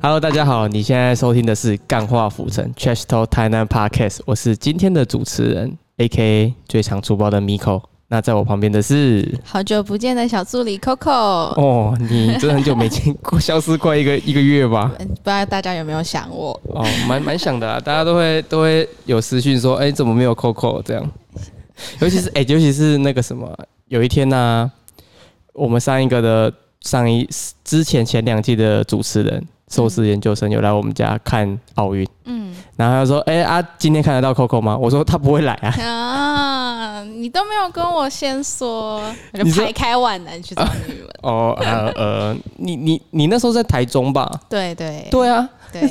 Hello，大家好，你现在收听的是《干话浮城 Trash Talk 台南 Podcast》，我是今天的主持人，A.K.A 最强粗暴的 Miko。那在我旁边的是，好久不见的小助理 Coco，哦，你真的很久没见过，消失快一个一个月吧？嗯，不知道大家有没有想我？哦，蛮蛮想的、啊，大家都会都会有私讯说，哎、怎么没有 Coco 这样？尤其是哎、尤其是那个什么，有一天呢、我们上一个的上一之前前两季的主持人寿司研究生有来我们家看奥运。嗯然后他就说：“哎、啊，今天看得到 Coco 吗？”我说：“他不会来啊。啊，你都没有跟我先说，我就你说排开万难去找你 们。”哦，呃呃，你你你那时候在台中吧？对对对啊，对，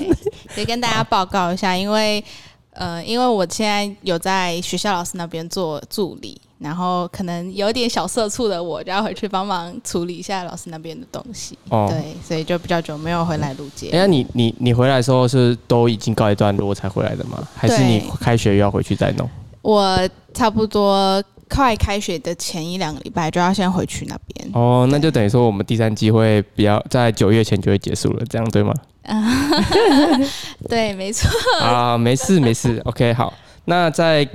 得跟大家报告一下，因为呃，因为我现在有在学校老师那边做助理，然后可能有点小社畜的我，就要回去帮忙处理一下老师那边的东西。哦，对，所以就比较久没有回来录节哎、目。呀，你你你回来的时候是都已经告一段落才回来的吗？还是对你开学又要回去再弄？我差不多快开学的前一两个礼拜就要先回去那边。哦，那就等于说我们第三季会比较在九月前就会结束了，这样对吗？ 对，没错。啊，没事没事，OK，好。那在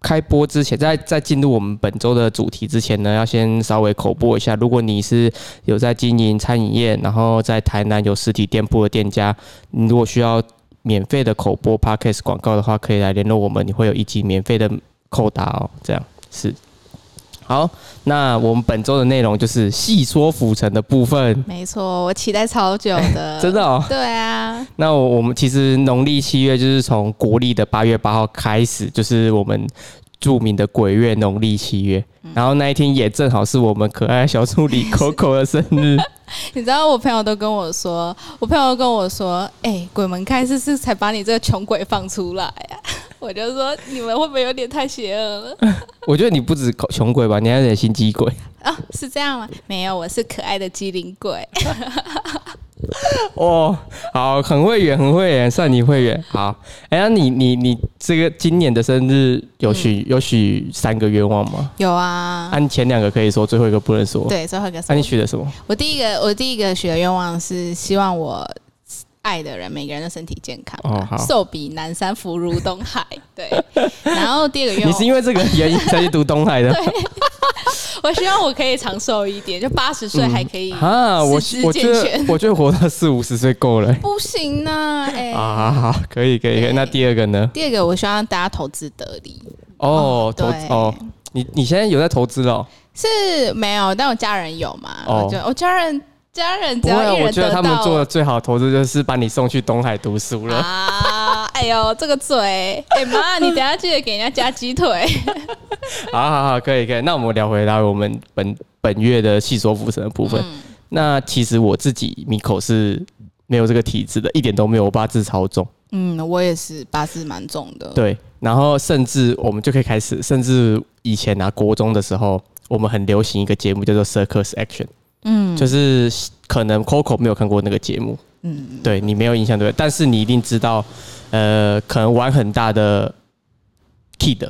开播之前，在在进入我们本周的主题之前呢，要先稍微口播一下。如果你是有在经营餐饮业，然后在台南有实体店铺的店家，你如果需要免费的口播 Podcast 广告的话，可以来联络我们，你会有一集免费的扣打哦。这样是。好，那我们本周的内容就是细说浮城的部分，没错，我期待超久的， 真的哦。对啊，那我我们其实农历七月就是从国历的八月八号开始，就是我们著名的鬼月农历七月。嗯然后那一天也正好是我们可爱的小助 理 Coco 的生日，你知道我朋友都跟我说，我朋友都跟我说，哎、鬼门开是是才把你这个穷鬼放出来啊。 我就说你们会不会有点太邪恶了 我觉得你不止穷鬼吧，你还有点心机鬼。啊？是这样吗？没有，我是可爱的机灵鬼。哦，好，很会员，很会员，算你会员。好，哎、呀，你你你这个今年的生日有许、嗯有许三个愿望吗？ 有啊，按、你前两个可以说，最后一个不能说。对，最后一个那、是你许的什么？我第一个，我第一个许的愿望是希望我爱的人每个人的身体健康哦啊、好寿比南山，福如东海。 对，然后第二个愿望，你是因为这个原因才去读东海的？我希望我可以长寿一点，就八十嗯岁还可以啊，我四肢我觉健得全。我觉得活到四五十岁够了、不 行呢、哎、啊，好，可以可以可以。对那第二个呢？第二个，我希望大家投资得利，哦，投对资哦，你你现在有在投资了哦？是没有，但我家人有嘛？哦我就我家人家人不只会要啊，一人我觉得得他到们做的最好的投资就是把你送去东海读书了。啊，哎呦，这个嘴，哎、妈，你等一下记得给人家加 鸡腿。好好好，可以可以。那我们聊回来我们本本月的细说浮神的部分。嗯那其实我自己米口是没有这个体质的，一点都没有，我八字超重。嗯，我也是八字蛮重的。对，然后甚至我们就可以开始，甚至以前啊，国中的时候，我们很流行一个节目叫做 Circus Action，嗯，就是可能 Coco 没有看过那个节目，嗯，对你没有印象对不对？但是你一定知道，呃，可能玩很大的 Kid，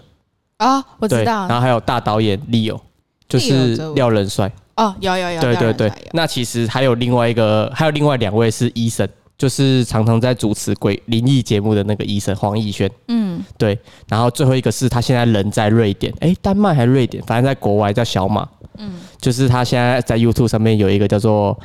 啊、我对，知道然。后还有大导演 Leo。就是 Leo 这位廖仁帅，哦，有有有，对对对当然有。那其实还有另外一个，还有另外两位是医生，就是常常在主持鬼灵异节目的那个医生黄奕轩。嗯，对，然后最后一个是他现在人在瑞典，诶，丹麦还是瑞典，反正在国外叫小马。嗯，就是他现在在 YouTube 上面有一个叫做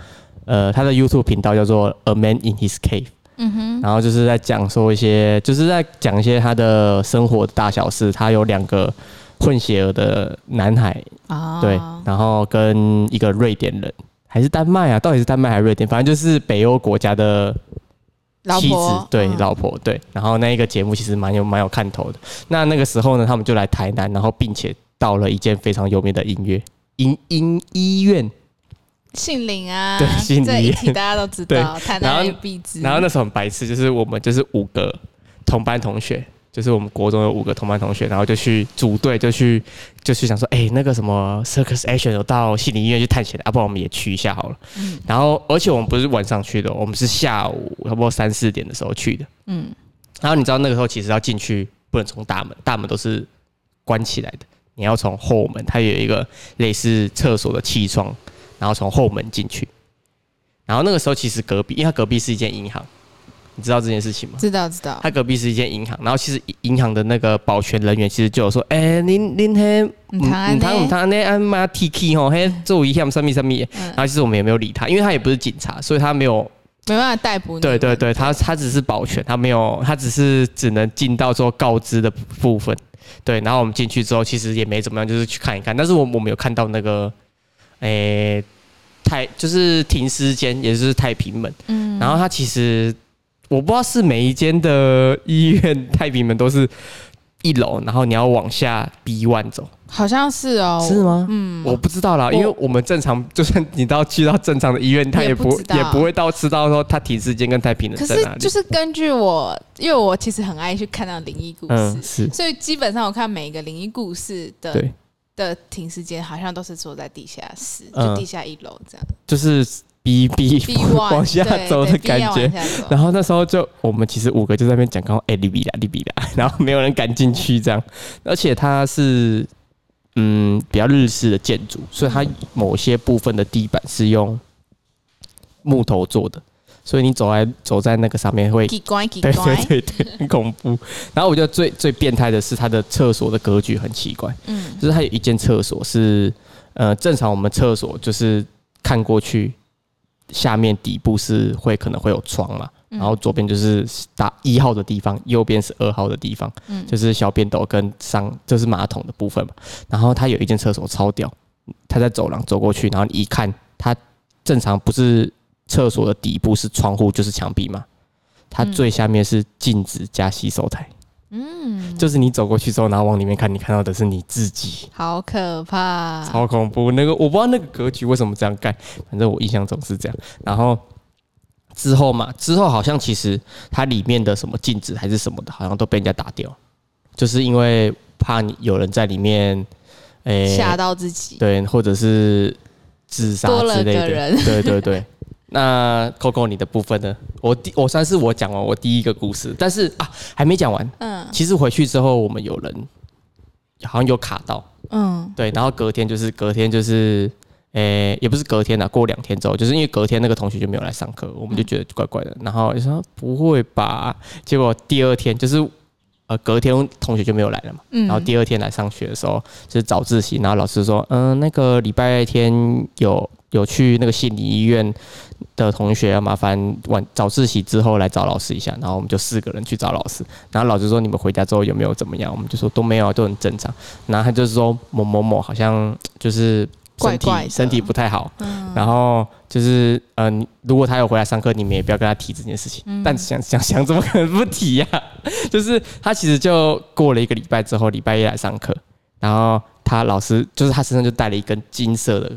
呃，他的 YouTube 频道叫做 A Man in His Cave。嗯哼，然后就是在讲说一些，就是在讲一些他的生活的大小事。他有两个混血儿的男孩，啊，对，然后跟一个瑞典人，还是丹麦啊？到底是丹麦还是瑞典？反正就是北欧国家的老妻子婆，对、嗯老婆对，然后那一个节目其实蛮有蛮有看头的。那那个时候呢，他们就来台南，然后并且到了一间非常有名的音乐音音医院，杏林啊，对杏林这一题大家都知对道，台然后南有壁纸，然后那时候很白痴，就是我们就是五个同班同学，就是我们国中有五个同班同学，然后就去组队，就去就去想说，哎、那个什么 Circus Action 有到悉尼医院去探险，啊，不然我们也去一下好了。然后，而且我们不是晚上去的哦，我们是下午差不多三四点的时候去的。嗯，然后你知道那个时候其实要进去不能从大门，大门都是关起来的，你要从后门，它有一个类似厕所的气窗，然后从后门进去。然后那个时候其实隔壁，因为它隔壁是一间银行，你知道这件事情吗？知道知道，它隔壁是一间银行，然后其实银行的那个保全人员其实就有说，哎、您您嘿，嗯唔通安尼唔通那安妈 T K 吼，嘿做一项什么什么，嗯然后其实我们也没有理他，因为他也不是警察，所以他没有没办法逮捕你。对对，对，他他只是保全，他没有，他只是只能尽到做告知的部分。对，然后我们进去之后，其实也没怎么样，就是去看一看。但是我我们有看到那个，诶、太就是停尸间，也就是太平门。嗯，然后它其实我不知道是每一间的医院太平门都是一楼，然后你要往下 B one 走，好像是哦，是吗？嗯，我不知道啦，因为我们正常，就算你到去到正常的医院，他也也不不知道也不会到知道说他停尸间跟太平门啊可在是哪里。就是根据我，因为我其实很爱去看到灵异故嗯，事，是，所以基本上我看每一个灵异故事的对，的停尸间，好像都是坐在地下室，嗯就地下一楼这样。就是逼逼 B one 往下走的感觉。。然后那时候就我们其实五个就在那边讲，刚好哎利比拉利比拉，然后没有人敢进去这样。而且它是嗯比较日式的建筑，所以它某些部分的地板是用木头做的，所以你走在走在那个上面会奇怪奇 对对怪，对对，很恐怖。然后我觉得最最变态的是它的厕所的格局很奇怪，嗯，就是它有一间厕所是，呃，正常我们厕所就是看过去，下面底部是会可能会有窗嘛，嗯然后左边就是打一号的地方，右边是二号的地方，嗯就是小便斗跟上就是马桶的部分嘛。然后它有一间厕所超屌，它在走廊走过去，然后你一看，它正常不是厕所的底部是窗户就是墙壁嘛，它嗯最下面是镜子加洗手台，嗯，就是你走过去之后，然后往里面看，你看到的是你自己。好可怕，超恐怖。那个我不知道那个格局为什么这样盖，反正我印象中是这样。然后之后嘛，之后好像其实它里面的什么镜子还是什么的，好像都被人家打掉，就是因为怕你有人在里面，诶、吓到自己。对，或者是自杀多了之类个的。人对对 对。那 Coco 你的部分呢？我第我算是我讲完我第一个故事，但是啊还没讲完。嗯其实回去之后，我们有人好像有卡到，嗯对，然后隔天就是隔天就是，诶、也不是隔天啦，啊过两天之后，就是因为隔天那个同学就没有来上课，我们就觉得怪怪的，然后就说不会吧，结果第二天就是，呃，隔天同学就没有来了嘛，嗯，然后第二天来上学的时候就是早自习，然后老师说，嗯、那个礼拜天有有去那个心理医院的同学啊要麻烦晚早自习之后来找老师一下，然后我们就四个人去找老师，然后老师说你们回家之后有没有怎么样？我们就说都没有啊，都很正常。然后他就说某某某好像就是身体怪怪的身体不太好，嗯然后就是呃，你如果他有回来上课，你们也不要跟他提这件事情。嗯但想想想，怎么可能不提呀、就是他其实就过了一个礼拜之后，礼拜一来上课，然后他老师就是他身上就带了一根金色的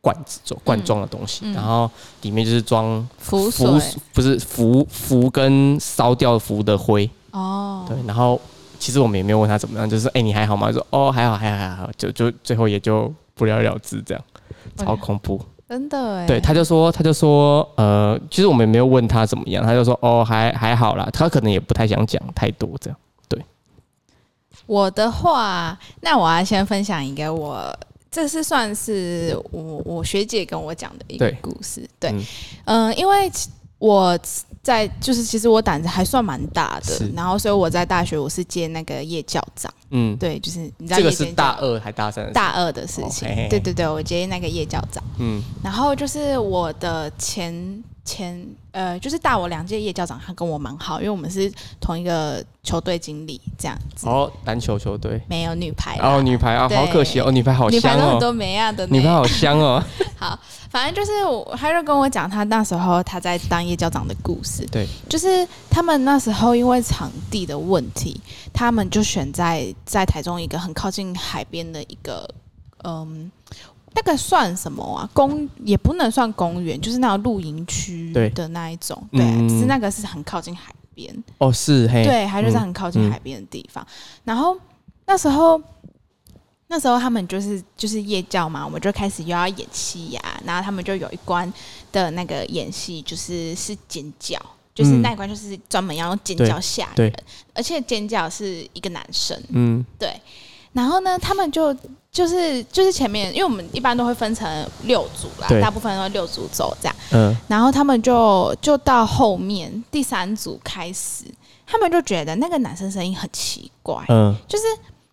罐子装罐装的东西，嗯然后里面就是装浮水符不是符符跟烧掉符的灰，哦，对，然后其实我们也没有问他怎么样，就是哎、你还好吗？就说哦还好还好还好，就就最后也就不了了之这样，哦超恐怖。真的哎，对，他就说，他就说，呃，其实我们也没有问他怎么样，他就说，哦，还还好啦，他可能也不太想讲太多这样。我的话，那我要先分享一个我，这是算是我我学姐跟我讲的一个对故事。对，嗯嗯、因为其我在就是其实我胆子还算蛮大的是，然后所以我在大学我是接那个夜教长，嗯，对，就是你知道这个夜是间大教二还大三的事？大二的事情哦嘿嘿，对对对，我接那个夜教长。嗯然后就是我的前前呃，就是大我两届夜教长，他跟我蛮好，因为我们是同一个球队经理这样子，哦，篮球球队，没有女排啦哦，女排啊，对好可惜哦，女排好女排香都很哦，多美亚的呢女排好香 哦，好，反正就是我，他就跟我讲他那时候他在当夜教长的故事。对，就是他们那时候因为场地的问题，他们就选在在台中一个很靠近海边的一个，嗯，那个算什么啊？公也不能算公园，就是那种露营区对的那一种。对啊、嗯只是那个是很靠近海。边，哦，是嘿，对，它就是嗯很靠近海边的地方。然后那时候，那时候他们就是就是夜教嘛，我们就开始又要演戏呀、然后他们就有一关的那个演戏，就是是尖叫，就是嗯那一关就是专门要用尖对叫吓人对，而且尖叫是一个男生。嗯，对，然后呢，他们就就是就是前面，因为我们一般都会分成六组啦，对大部分都是六组走这样。嗯，然后他们就就到后面第三组开始，他们就觉得那个男生声音很奇怪，嗯，就是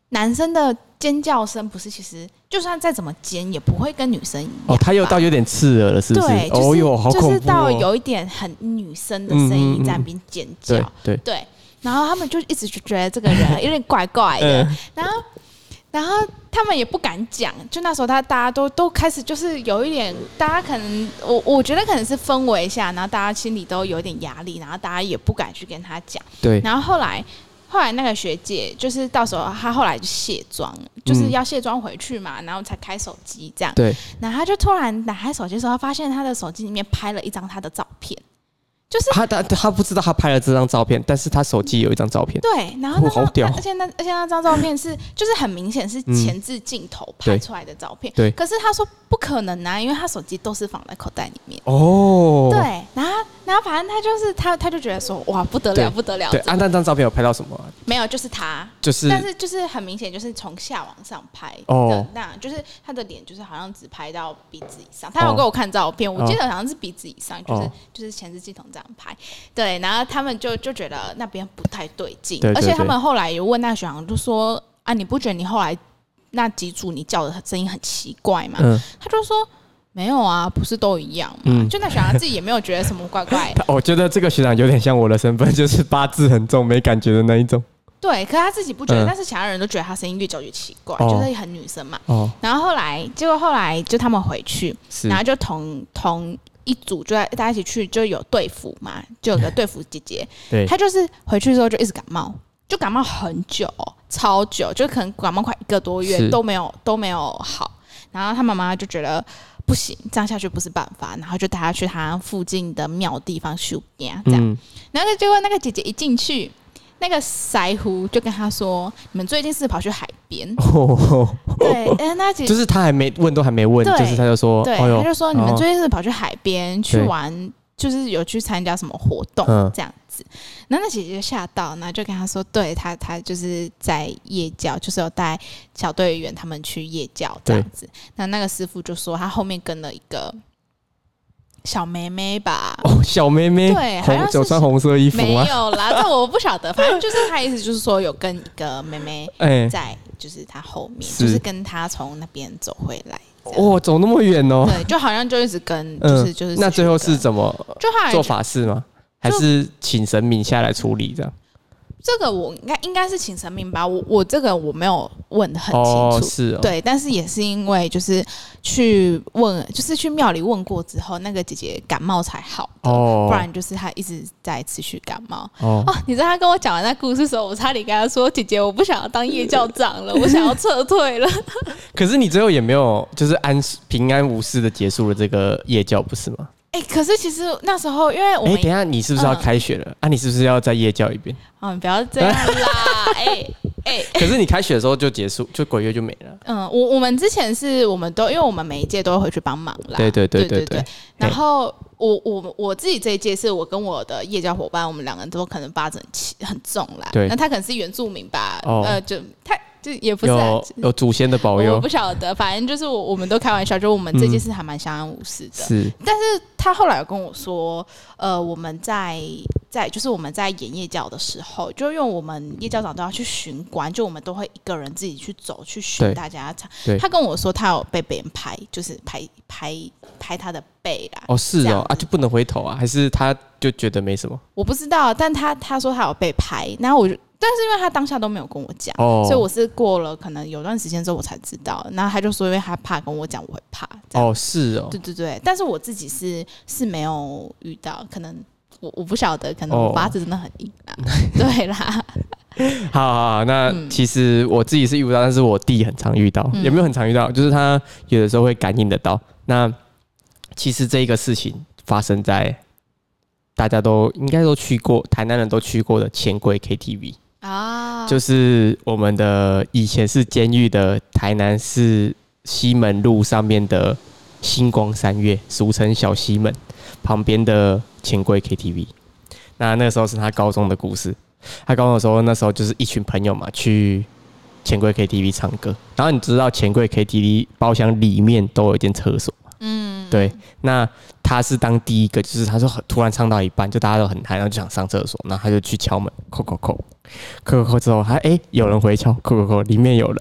男生的尖叫声不是，其实就算再怎么尖，也不会跟女生一样吧。哦，他又到有点刺耳了，是不是？对，哦就是、哟，好就恐是怖、到哦！嗯有一点很女生的声音在那边尖叫，对对，对，然后他们就一直就觉得这个 人有点怪怪的，嗯然后然后他们也不敢讲，就那时候他大家都都开始就是有一点，大家可能我我觉得可能是氛围下，然后大家心里都有一点压力，然后大家也不敢去跟他讲，对，然后后来。后来那个学姐就是到时候她后来就卸妆，就是嗯要卸妆回去嘛，然后才开手机这样。对，然后她就突然打开手机的时候，她发现她的手机里面拍了一张她的照片，就是他他他不知道他拍了这张照片，但是他手机有一张照片，对，然后哦那好张，屌嗯而且那而且那张照 片是，就是很明显是前置镜头拍对出来的照片。对可是他说不可能啊，因为他手机都是放在口袋里面。哦，对，然后他然后反正他就是他他就觉得说哇不得了对不得了对，，啊，那张照片有拍到什么啊、没有就是他。就是但是就是很明显，就是从下往上拍的，哦那就是他的脸就是好像只拍到鼻子以上。他有给我看照片，我记得好像是鼻子以上，就是、哦就是前置镜头这样拍。对，然后他们就就觉得那边不太对劲，对对而且他对们后来也问那个学长，就说啊，你不觉得你后来那几组你叫的声音很奇怪吗？嗯，他就说没有啊，不是都一样嘛。嗯就那学长自己也没有觉得什么怪 怪的，他我觉得这个学长有点像我的身份，就是八字很重没感觉的那一种。对，可是他自己不觉得，嗯但是其他人都觉得他声音越叫越奇怪，哦就是很女生嘛。哦，然后后来，结果后来就他们回去，是然后就同同一组就在大家一起去，就有队服嘛，就有个队服姐 姐，对，她就是回去之后就一直感冒，就感冒很久，超久，就可能感冒快一个多月是都没有都没有好。然后她妈妈就觉得不行，这样下去不是办法，然后就带她去她附近的庙地方修炼这样。嗯，然后结果那个姐姐一进去，那个腮胡就跟她说：“你们最近是不是跑去海 边？”哦，对，哎、那姐 姐就是他还没问都还没问，对就是他就说，对，哎呦他就说你们哦最近是跑去海边去对玩，就是有去参加什么活动嗯这样子。然后那姐姐就吓到，然后就跟他说，对他他就是在夜教，就是有带小队员他们去夜教这样子。那那个师傅就说他后面跟了一个小妹妹吧。哦，小妹妹，对好像红是有穿红色衣服没吗？有啦，这我不晓得，反正就是他意思就是说有跟一个妹妹哎，在，就是他后面，是就是跟他从那边走回来，哦，走那么远哦，嗯对，就好像就一直跟，就是就是 那最后持续是跟怎么就后来做法事吗？还是请神明下来处理这样？这个我应该应该是请神明吧，我我这个我没有问的很清哦，楚。是哦，对，但是也是因为就是去问，就是去庙里问过之后，那个姐姐感冒才好的，哦不然就是她一直在持续感冒。哦，哦，你知道她跟我讲完那故事的时候，我差点跟她说：“姐姐，我不想要当夜教 长了，我想要撤退了。可是你最后也没有就是安平安无事的结束了这个夜教，不是吗？”哎、可是其实那时候，因为我哎，们等一下你是不是要嗯开学了啊？你是不是要再夜教一 遍？嗯，不要这 样啦，哎哎、可是你开学的时候就结束，就鬼月就没了。嗯，我我们之前是我们都，因为我们每一届都会回去帮忙啦。对对对对对对对。然后我我我自己这一届是我跟我的业教伙伴，我们两个人都可能八字很轻很重啦。对那他可能是原住民吧？哦呃，就他就也不是啊、有哦有嗯祖先的保我佑不，晓得，反正就是我我们都开玩笑，就我们这届是还蛮相安无事的。是他后来有跟我说，呃，我们在在就是我们在演夜教的时候，就因为我们夜教长都要去巡官，就我们都会一个人自己去走去巡对大家场对他跟我说他有被别人拍，就是拍拍拍他的背啦，哦是这哦样啊就不能回头啊，还是他就觉得没什么我不知道，但他他说他有被拍，然后我就。但是因为他当下都没有跟我讲，哦所以我是过了可能有段时间之后我才知道。然后他就说，因为他怕跟我讲，我会怕。这样哦是哦对对对，但是我自己是是没有遇到，可能我我不晓得，可能哦我八字真的很硬啦， 对啦，好好好，那嗯其实我自己是遇不到，但是我弟很常遇到，有没有很常遇到？就是他有的时候会感应得到。那其实这个事情发生在大家都应该都去过，台南人都去过的钱柜 KTV，、啊，就是我们的以前是监狱的台南市西门路上面的星光三月，俗称小西门旁边的钱柜 KTV。那那时候是他高中的故事，他高中的时候，那时候就是一群朋友嘛去。钱柜 KTV 唱歌，然后你知道钱柜 KTV 包厢里面都有一间厕所，嗯，对，那他是当第一个，就是他说很突然唱到一半，就大家都很嗨，然后就想上厕所，然后他就去敲门，叩叩叩，叩叩叩之后，他诶有人回敲，叩叩叩，里面有人，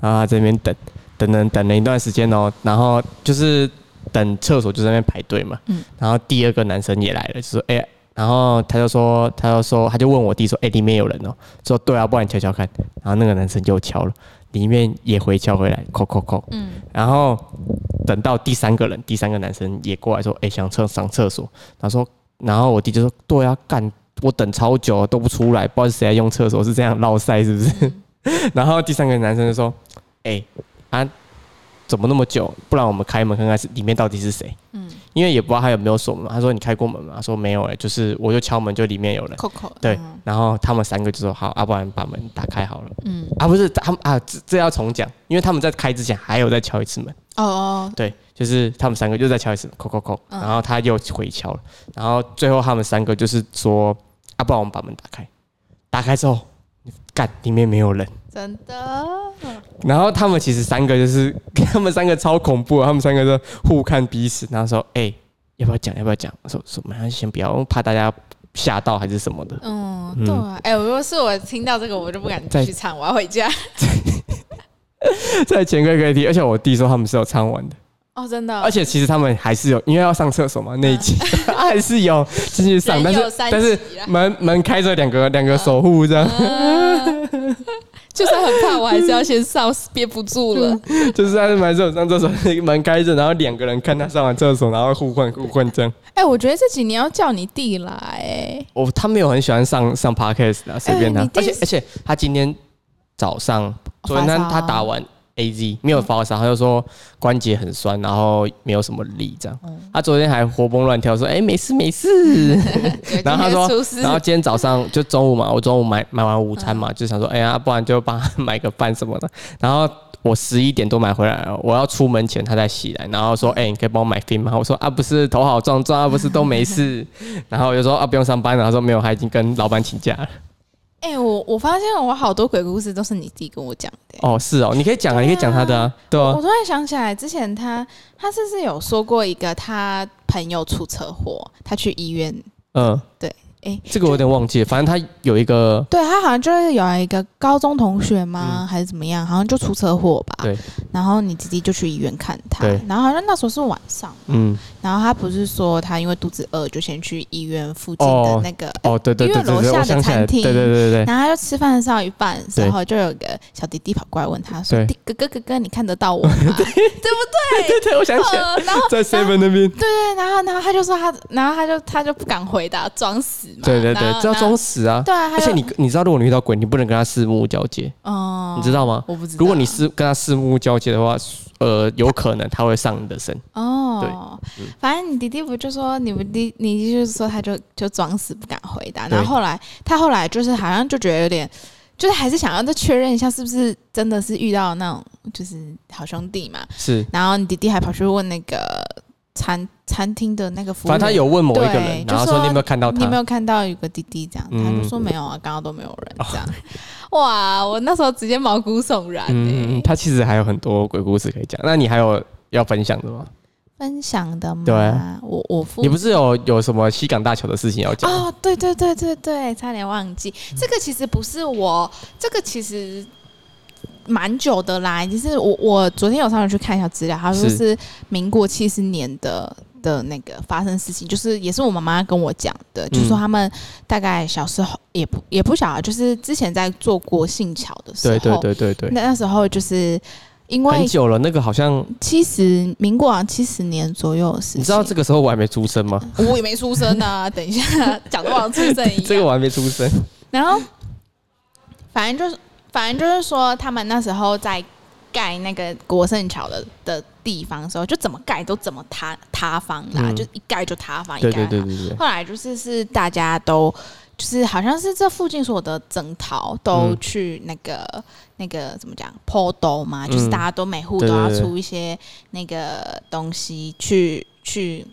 然后他这边等，等等等了一段时间哦，然后就是等厕所就在那边排队嘛，嗯然后第二个男生也来了，就说诶，然后他就说，他就说，他就问我弟说，诶，里面有人哦，说对啊，不然你敲敲看，然后那个男生就敲了，里面也回敲回来，叩叩叩，嗯然后等到第三个人，第三个男生也过来说：“哎、想厕上厕所。”他说，然后我弟就说：“对啊，干，我等超久了都不出来，不知道是谁在用厕所，是这样绕塞是不是？” 然后第三个男生就说：“哎、啊，怎么那么久？不然我们开门看看是里面到底是谁？嗯因为也不知道他有没有锁门嘛。”他说：“你开过门吗？”他说：“没有、哎，就是我就敲门，就里面有人。 ，Coco，” 对嗯，然后他们三个就说：“好，啊，不然把门打开好了。嗯”啊，不是他们啊，这这要重讲，因为他们在开之前还有再敲一次门。哦哦，对，就是他们三个又再敲一次，扣扣扣，嗯然后他又回敲了，然后最后他们三个就是说，啊，不然我们把门打开，打开之后，干里面没有人，真的，嗯然后他们其实三个就是 他们三个超恐怖的，他们三个就互看彼此，然后说，哎、要不要讲？要不要讲？我说什么？先不要，怕大家吓到还是什么的。 嗯，嗯对啊，哎，如果是我听到这个，我就不敢在去唱，我要回家。在前柜 K T，而且我弟说他们是有唱完的，哦，真的，而且其实他们还是有，因为要上厕所嘛，那一集、 还是有进去上，嗯人但是有三但是急啦门门开着两个两个守护这样，嗯就算很怕，我还是要先上，憋不住了。 就是他门上上厕所，门开着，然后两个人看他上完厕所，然后互换互换这样。哎、我觉得这几年要叫你弟来、我他没有很喜欢上上 podcast 啊，随便他，哎你而第一且而且他今天早上昨天他发烧啊他打完 AZ 没有发烧，他就说关节很酸，然后没有什么力这样。嗯他昨天还活蹦乱跳说，哎、没事没 事。哎，然后他说出事，嗯然后今天早上就中午嘛，我中午买买完午餐嘛，就想说，哎呀，不然就帮他 买个饭什么的。然后我十一点多买回来了，我要出门前他才洗来，然后说，哎，你可以帮我买冰吗？我说啊，不是头好撞撞啊，不是都没事。 然后我就说啊，不用上班了。他说没有，他已经跟老板请假了。哎、我我发现我好多鬼故事都是你弟跟我讲的、哦，是哦，你可以讲啊，你可以讲他的啊，对我啊我，突然想起来，之前他他是不是有说过一个他朋友出车祸，他去医院？嗯，对，哎这个我有点忘记了，反正他有一个，对他好像就是有一个高中同学吗，还是怎么样？好像就出车祸吧。嗯对。然后你弟弟就去医院看他对，然后好像那时候是晚上，嗯，然后他不是说他因为肚子饿，就先去医院附近哦的那个哦，对对因对为对楼对，下我的想起来了，对餐厅对对对对，然后他就吃饭上一半的时对候，就有个小弟弟跑过来问他说对：“弟哥哥哥哥，你看得到我吗？”对不对对，我想起对？来， 呃然后在 seven 那边，对，然后然后他就说他，然后他就他就不敢回答，装死嘛。对对对然，后这要装。死啊然后，对啊，他而就且你你知道，如果你遇到鬼，你不能跟他四目交接，哦，你知道吗？我不知道。如果你是跟他四目交接的话，呃，有可能他会上你的身。哦，嗯反正你弟弟不就说你们弟，你弟就是说他就就装死不敢回答，对然后后来他后来就是好像就觉得有点，就是还是想要再确认一下是不是真的是遇到那种就是好兄弟嘛，是，然后你弟弟还跑去问那个餐餐厅的那个服务员，反正他有问某一个对人，就然后说说你有没有看到你有没他？有看到有个弟弟这样？嗯他就说没有啊，刚刚都没有人这样。哇，我那时候直接毛骨悚然、欸。嗯，他其实还有很多鬼故事可以讲。那你还有要分享的吗？分享的吗？对啊我我父你不是有有什么西港大桥的事情要讲？嗯哦，对对对对对，差点忘记。这个其实不是我，这个其实蛮久的啦，就是我我昨天有上网去看一下资料，他说是是民国七十年的。的那个发生事情，就是也是我妈妈跟我讲的，就是说他们大概小时候也不也不小啊，就是之前在做国庆桥的时候，对对对对对，那那时候就是因很为久了，那个好像七十民国好像七十年左右的事情，你知道这个时候我还没出生吗？我也没出生啊，等一下讲的忘出生一 样。这个我还没出 生。然后反正就是反正就是说，他们那时候在盖那个国盛桥的的地方的时候，就怎么盖都怎么塌塌方啦，嗯就一盖就塌方，一对盖对就塌对方。对对，后来就是是大家都就是好像是这附近所有的征讨都嗯去那个、那个怎么讲坡兜嘛，就是嗯大家都每户对都要对对出一些那个东西去去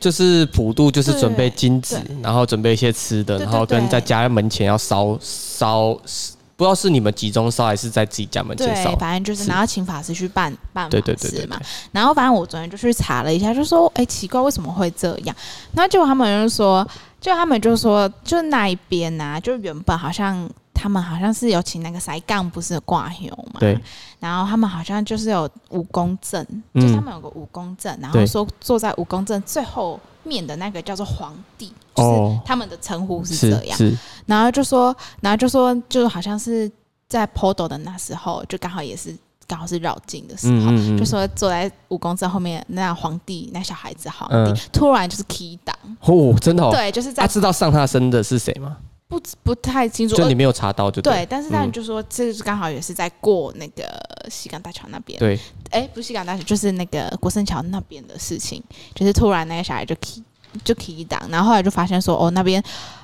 就是普渡，就是准备金纸对，然后准备一些吃的，对对然后跟对在家门前要烧烧，不知道是你们集中烧还是在自己家门前烧对，。反正就是是然后请法师去办办法对对对对事嘛对。然后反正我昨天就去查了一下，就说哎、奇怪为什么会这样？那结果他们就说，就他们就说，就那一边呐、啊，就原本好像他们好像是有请那个塞杠不是挂牛嘛，对，然后他们好像就是有武功阵，嗯就是他们有个武功阵，然后对说坐在武功阵最后面的那个叫做皇帝，就是哦他们的称呼是是这样。是，然后就说，然后就说，就好像是在 Podo 的那时候，就刚好也是刚好是绕境的时候，嗯嗯就嗯，说坐在武功阵后面那皇帝那小孩子皇帝、嗯突然就是 key 档，哦，真的哦，对，就是在、他知道上他身的是谁吗？不不太清楚，就呃你没有查到，就对，但是他们嗯就说这刚好也是在过那个西港大桥那边，对，哎，不是西港大桥，就是那个国圣桥那边的事情，就是突然那个小孩就 key 就 key 档，然后后来就发现说，哦，那边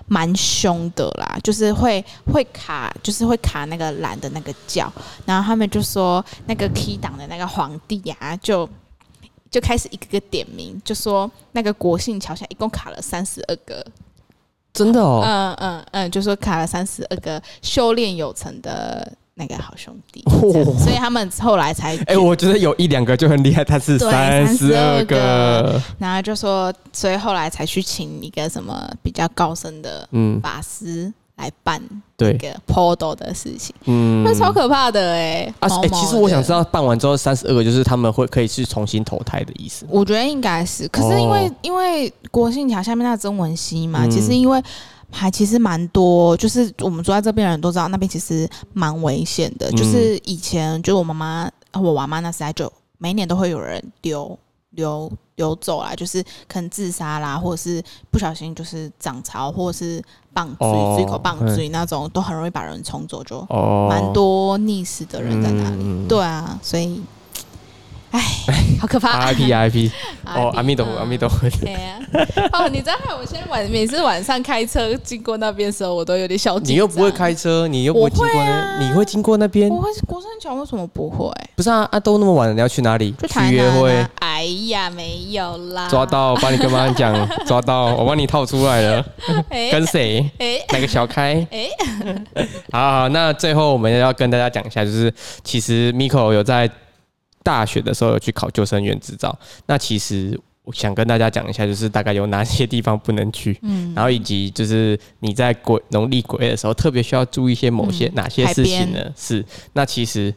蛮凶的啦，就是会会卡，就是会卡那个栏的那个角，然后他们就说那个 key 档的那个皇帝呀、就。就开始一个个点名，就说那个国姓桥下一共卡了三十二个真的哦，嗯嗯嗯，就说卡了三十二个修炼有成的那个好兄弟，哦这样所以他们后来才哎，我觉得有一两个就很厉害，他是呃对三十二32个个，然后就说，所以后来才去请一个什么比较高深的嗯，法师来办那对，个 Podo 的事情，嗯那、超可怕的哎、啊，毛哎，毛其实我想知的。道办完之后三十二个，就是他们会可以去重新投胎的意思吗。我觉得应该是，可是因为、哦因为国信桥下面那个曾文溪嘛，嗯其实因为还其实蛮多，就是我们住在这边的人都知道，那边其实蛮危险的。嗯就是以前就我妈妈、我娃妈那时代就每年都会有人流流流走啦，就是可能自杀啦，或者是不小心就是涨潮，或者是棒追、哦追口棒追那种，都很容易把人冲走，就哦，蛮多溺死的人在那里。嗯嗯嗯对啊，所以。 哎，好可怕！ RIP RIP 哦，阿弥陀佛，嗯阿弥陀佛，对呀、哦，你知道我现在晚每次晚上开车经过那边的时候，我都有点小紧张。你又不会，开车，你又不会经过我会那，你会经过那边？啊我会国生桥为什么不会？不是啊，啊，都那么晚了，你要去哪里？就去台南、约啊。会，哎呀，没有啦，抓到，帮你跟妈妈讲， 抓到，我帮你套出来了， 哎跟谁？哎那个小开， 哎， 好好，那最后我们要跟大家讲一下，就是其实 Miko 有在大学的时候有去考救生员执照，那其实我想跟大家讲一下，就是大概有哪些地方不能去，嗯，然后以及就是你在鬼农历鬼月的时候，特别需要注意一些某些、嗯哪些事情呢？是，那其实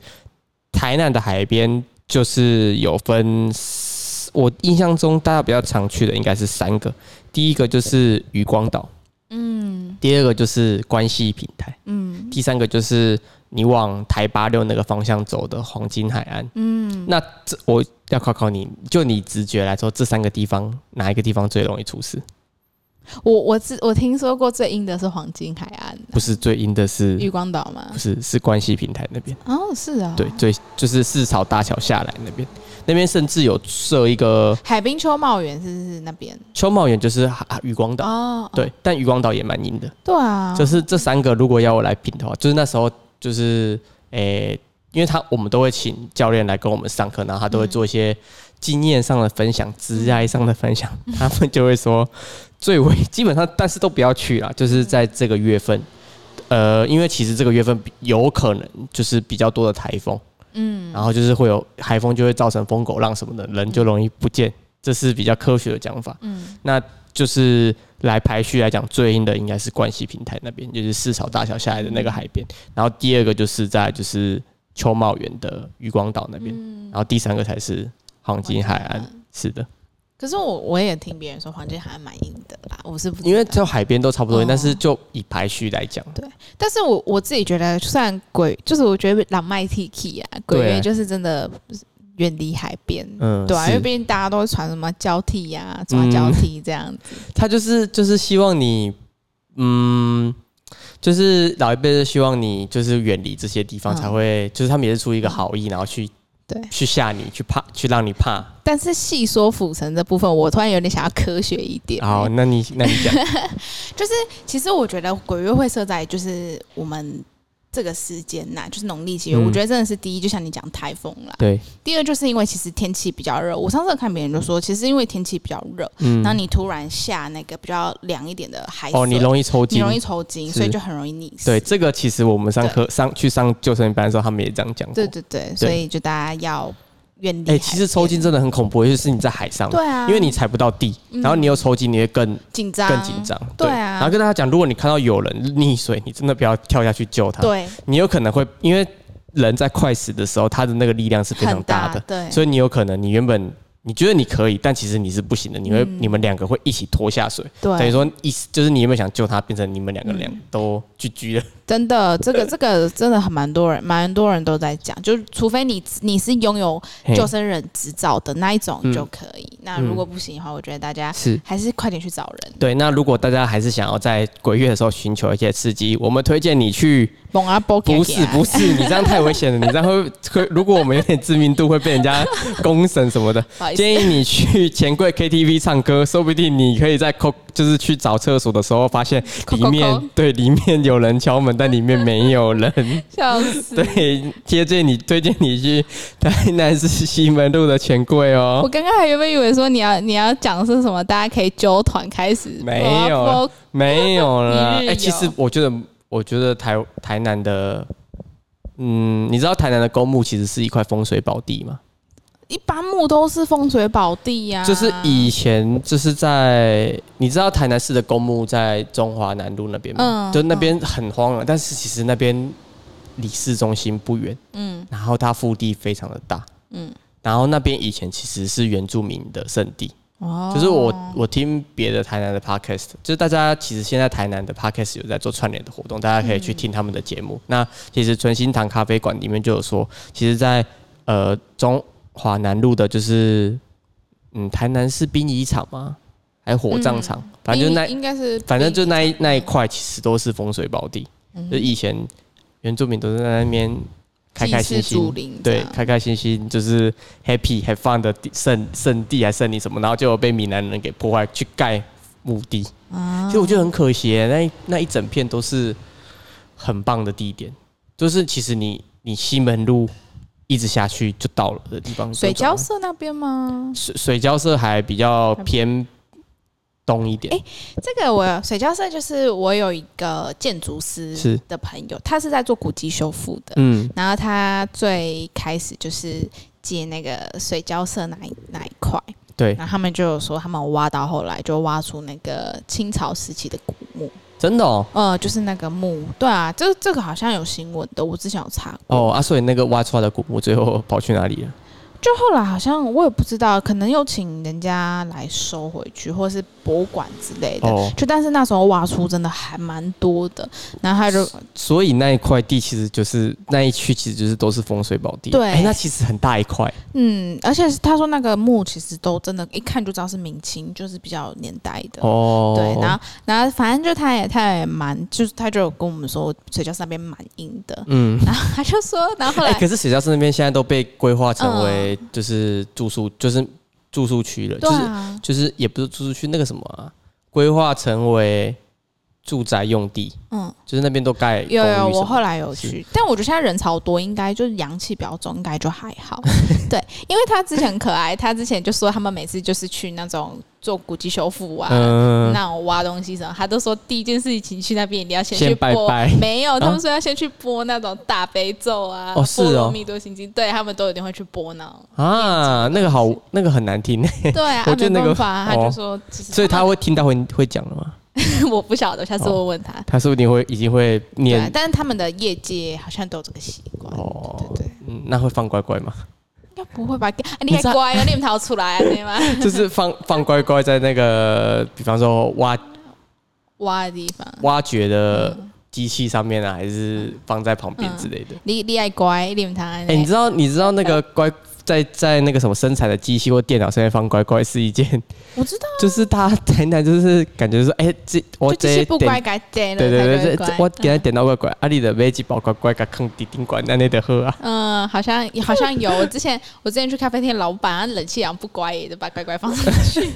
台南的海边就是有分四，我印象中大家比较常去的应该是三个，第一个就是渔光岛，嗯第二个就是关西平台，嗯第三个就是你往台八六那个方向走的黄金海岸。嗯，那这我要考考你，就你直觉来说，这三个地方哪一个地方最容易出事？我我知我听说过最硬的是黄金海岸、不是最阴的是渔光岛吗不？是，是关系平台那边，哦，是啊，对，，最就是四草大桥下来那边，那边甚至有设一个海滨秋茂园是是是那边秋茂园，就是哈哈渔光岛，哦，对，但渔光岛也蛮阴的，对啊，就是这三个如果要我来评的话，就是那时候就是诶、因为他我们都会请教练来跟我们上课，然后他都会做一些经验上的分享、职业上的分享，他们就会说最危基本上，但是都不要去啦，就是在这个月份。呃，因为其实这个月份比有可能就是比较多的台风，嗯然后就是会有海风，就会造成疯狗浪什么的，人就容易不见，这是比较科学的讲法。嗯就是来排序来讲，最硬的应该是关西平台那边，就是市草大桥下来的那个海边，然后第二个就是在就是秋茂园的渔光岛那边，嗯然后第三个才是黄金海黄金海岸。是的，可是我我也听别人说黄金海岸蛮硬的啦，我是不知道因为就海边都差不多，哦但是就以排序来讲，但是我我自己觉得，虽然鬼就是我觉得朗麦 T K 啊，鬼对月就是真的远离海边，嗯，对啊，是因为毕竟大家都会传什么交替呀、抓交替这样子，他就是就是希望你，嗯，就是老一辈是希望你就是远离这些地方，嗯才会、就是他们也是出于一个好意，然后去对，去吓你，去怕，去让你怕。但是细说府城这部分，我突然有点想要科学一点。好，那你那你 讲，就是其实我觉得鬼月会设在就是我们这个时间呐、就是农历七月。嗯我觉得真的是第一，就像你讲台风啦；对，第二，就是因为其实天气比较热。我上次有看别人就说，其实因为天气比较热，嗯然后你突然下那个比较凉一点的海水，哦，你容易抽哎你筋，容易抽筋，是所以就很容易溺死。对，这个其实我们上课上去上救生班的时候，他们也这样讲过。对对对，所以就大家要远离海哎、边。其实抽筋真的很恐怖，尤其是你在海上，对啊，因为你踩不到地，然后你又抽筋，你会更紧张，更紧张。对啊然后跟大家讲，如果你看到有人溺水，你真的不要跳下去救他，对，你有可能会因为人在快死的时候，他的那个力量是非常很大大的，对，所以你有可能你原本。你觉得你可以，但其实你是不行的。你会，嗯你们两个会一起拖下水，对等于说意思就是你有没有想救他，变成你们两个两嗯都居居了。真的，这个这个真的很蛮多人，蛮多人都在讲，就是除非你你是拥有嘿救生人执照的那一种嗯就可以。那如果不行的话，我觉得大家是还是快点去找人。对，那如果大家还是想要在鬼月的时候寻求一些刺激，我们推荐你去，猛啊，波不是不是，你这样太危险了，你这样会会，如果我们有点知名度，会被人家公审什么的。不好意思，建议你去钱柜 KTV 唱歌， 说不定你可以在扣，就是去找厕所的时候，发现扣里扣面扣对里面有人敲门，但里面没有 人。笑死。对，推荐你推荐你去台南市西门路的钱柜我哦。刚刚还原本以为说你要你要讲的是什么，大家可以揪团开始，没猛啊有波没有啦，哎、一日游其实我觉得，我觉得台台南的，嗯，你知道台南的公墓其实是一块风水宝地吗？一般墓都是风水宝地呀、就是以前就是在你知道台南市的公墓在中华南路那边吗？嗯就那边很荒凉，但是其实那边离市中心不远，嗯然后它腹地非常的大，嗯然后那边以前其实是原住民的圣地，哦，就是我我听别的台南的 podcast，就是大家其实现在台南的 podcast 有在做串联的活动，大家可以去听他们的节目。那其实纯心堂咖啡馆里面就有说，其实在，呃中华南路的，就是嗯台南是殡仪场吗？还有火葬场，反正就那应该是反正就那一那一块，其实都是风水宝地，嗯就以前原住民都是在那边开开心祭祀心祖灵这对样，开开心心就是 happy have fun 的地圣圣地还圣地什么，然后就有被闽南人给破坏，去盖墓地。啊其实我觉得很可惜耶，那一那一整片都是很棒的地点，就是其实你你西门路一直下去就到了的地方。水交交社那边吗？水水交社还比较偏东一点，这个我水交社就是我有一个建筑师是的朋友，他是在做古迹修复的，嗯然后他最开始就是接那个水交社那一那一块，对，然后他们就有说他们挖到后来就挖出那个清朝时期的古墓，真的哦。呃，就是那个墓，对啊，这这个好像有新闻的，我之前有查过。哦啊，所以那个挖出来的古墓最后跑去哪里了？就后来好像我也不知道，可能有请人家来收回去，或是博物馆之类的。哦，就但是那时候挖出真的还蛮多的，然后他就所以那一块地其实就是那一区，其实就是都是风水宝地。对哎那其实很大一块。嗯，而且他说那个墓其实都真的，一看就知道是明清，就是比较有年代的。哦，对，然后然后反正就他也他也蛮，就是他就有跟我们说水饺那边蛮阴的， 嗯，然后他就说，然后后哎、来、嗯可是水交市那边现在都被规划成为就是住宿，就是住宿区了，对就是啊，就是也不是住宿区，那个什么啊，规划成为住宅用地，嗯，就是那边都盖公寓有有，什我么后来有是去，但我觉得现在人潮多，应该就是阳气比较重，应该就还 好。对，因为他之前很可爱，他之前就说他们每次就是去那种做古迹修复啊。嗯，那种挖东西什么，他都说第一件事情去那边一定要先先去拜播，拜没有，他啊们说要先去播那种大悲咒啊，哦是波罗哦蜜多心经，对他们都一定会去播 那种。啊，那个好，那个很难听， 对啊，我啊觉得没那个办法啊，他哦就说，其实所以他们会听到会会讲了吗？ 我不晓得，下次我问他。他说不定会已经会对啊念，但是他们的业界好像都有这个习惯，哦对对对，嗯，那会放乖乖吗？应该不会吧？啊你你还知道乖哦，你们逃出来啊，对 吗？ 就是放放乖乖在那个，比方说挖挖的地方，挖掘的机器上面啊，还是放在旁边之类的。你你爱乖，你们逃。哎、你知道你知道那个乖在在那个什么生产的机器或电脑上面放乖乖是一件， 我知道，就是大家台南就是感觉就是哎、这我就这些这不点乖该点了，对对对，才这这乖乖我给他点到乖乖，啊，你的买一包乖乖给坑 滴顶管，那你得喝啊。嗯，好像好像有。我之前我之前去咖啡店，老板冷气养不乖，也就把乖乖放上 去。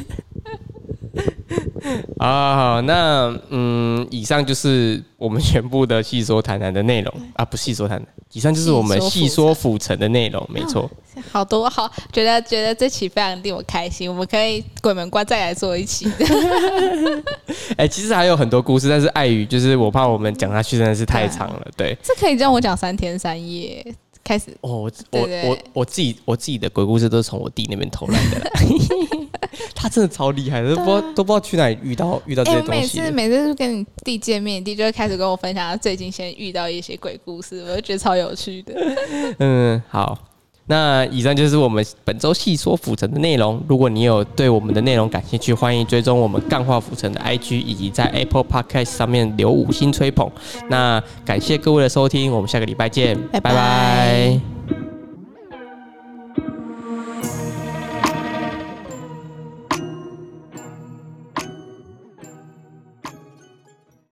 啊，好，那嗯，以上就是我们全部的细说台南的内容啊，不细说台南，以上就是我们细说府城的内容，没错。好多好，觉得觉得这期非常令我开心。我们可以鬼门关再来做一 期。哎、其实还有很多故事，但是碍于就是我怕我们讲下去真的是太长了，对。这可以让我讲三天三夜。开始，哦，我对我对我我自己我自己的鬼故事都是从我弟那边偷来的 啦，他真的超厉害的，都不知道都不知道去哪里遇到遇到这啊哎、些我东每西的。次每次跟你弟见面，你弟就会开始跟我分享他最近先遇到一些鬼故事，我就觉得超有趣的。 嗯，好。那以上就是我们本周细说府城的内容。如果你有对我们的内容感兴趣，欢迎追踪我们干化府城的 IG，以及在 Apple Podcast 上面留五星吹捧。那感谢各位的收听，我们下个礼拜见，拜拜拜拜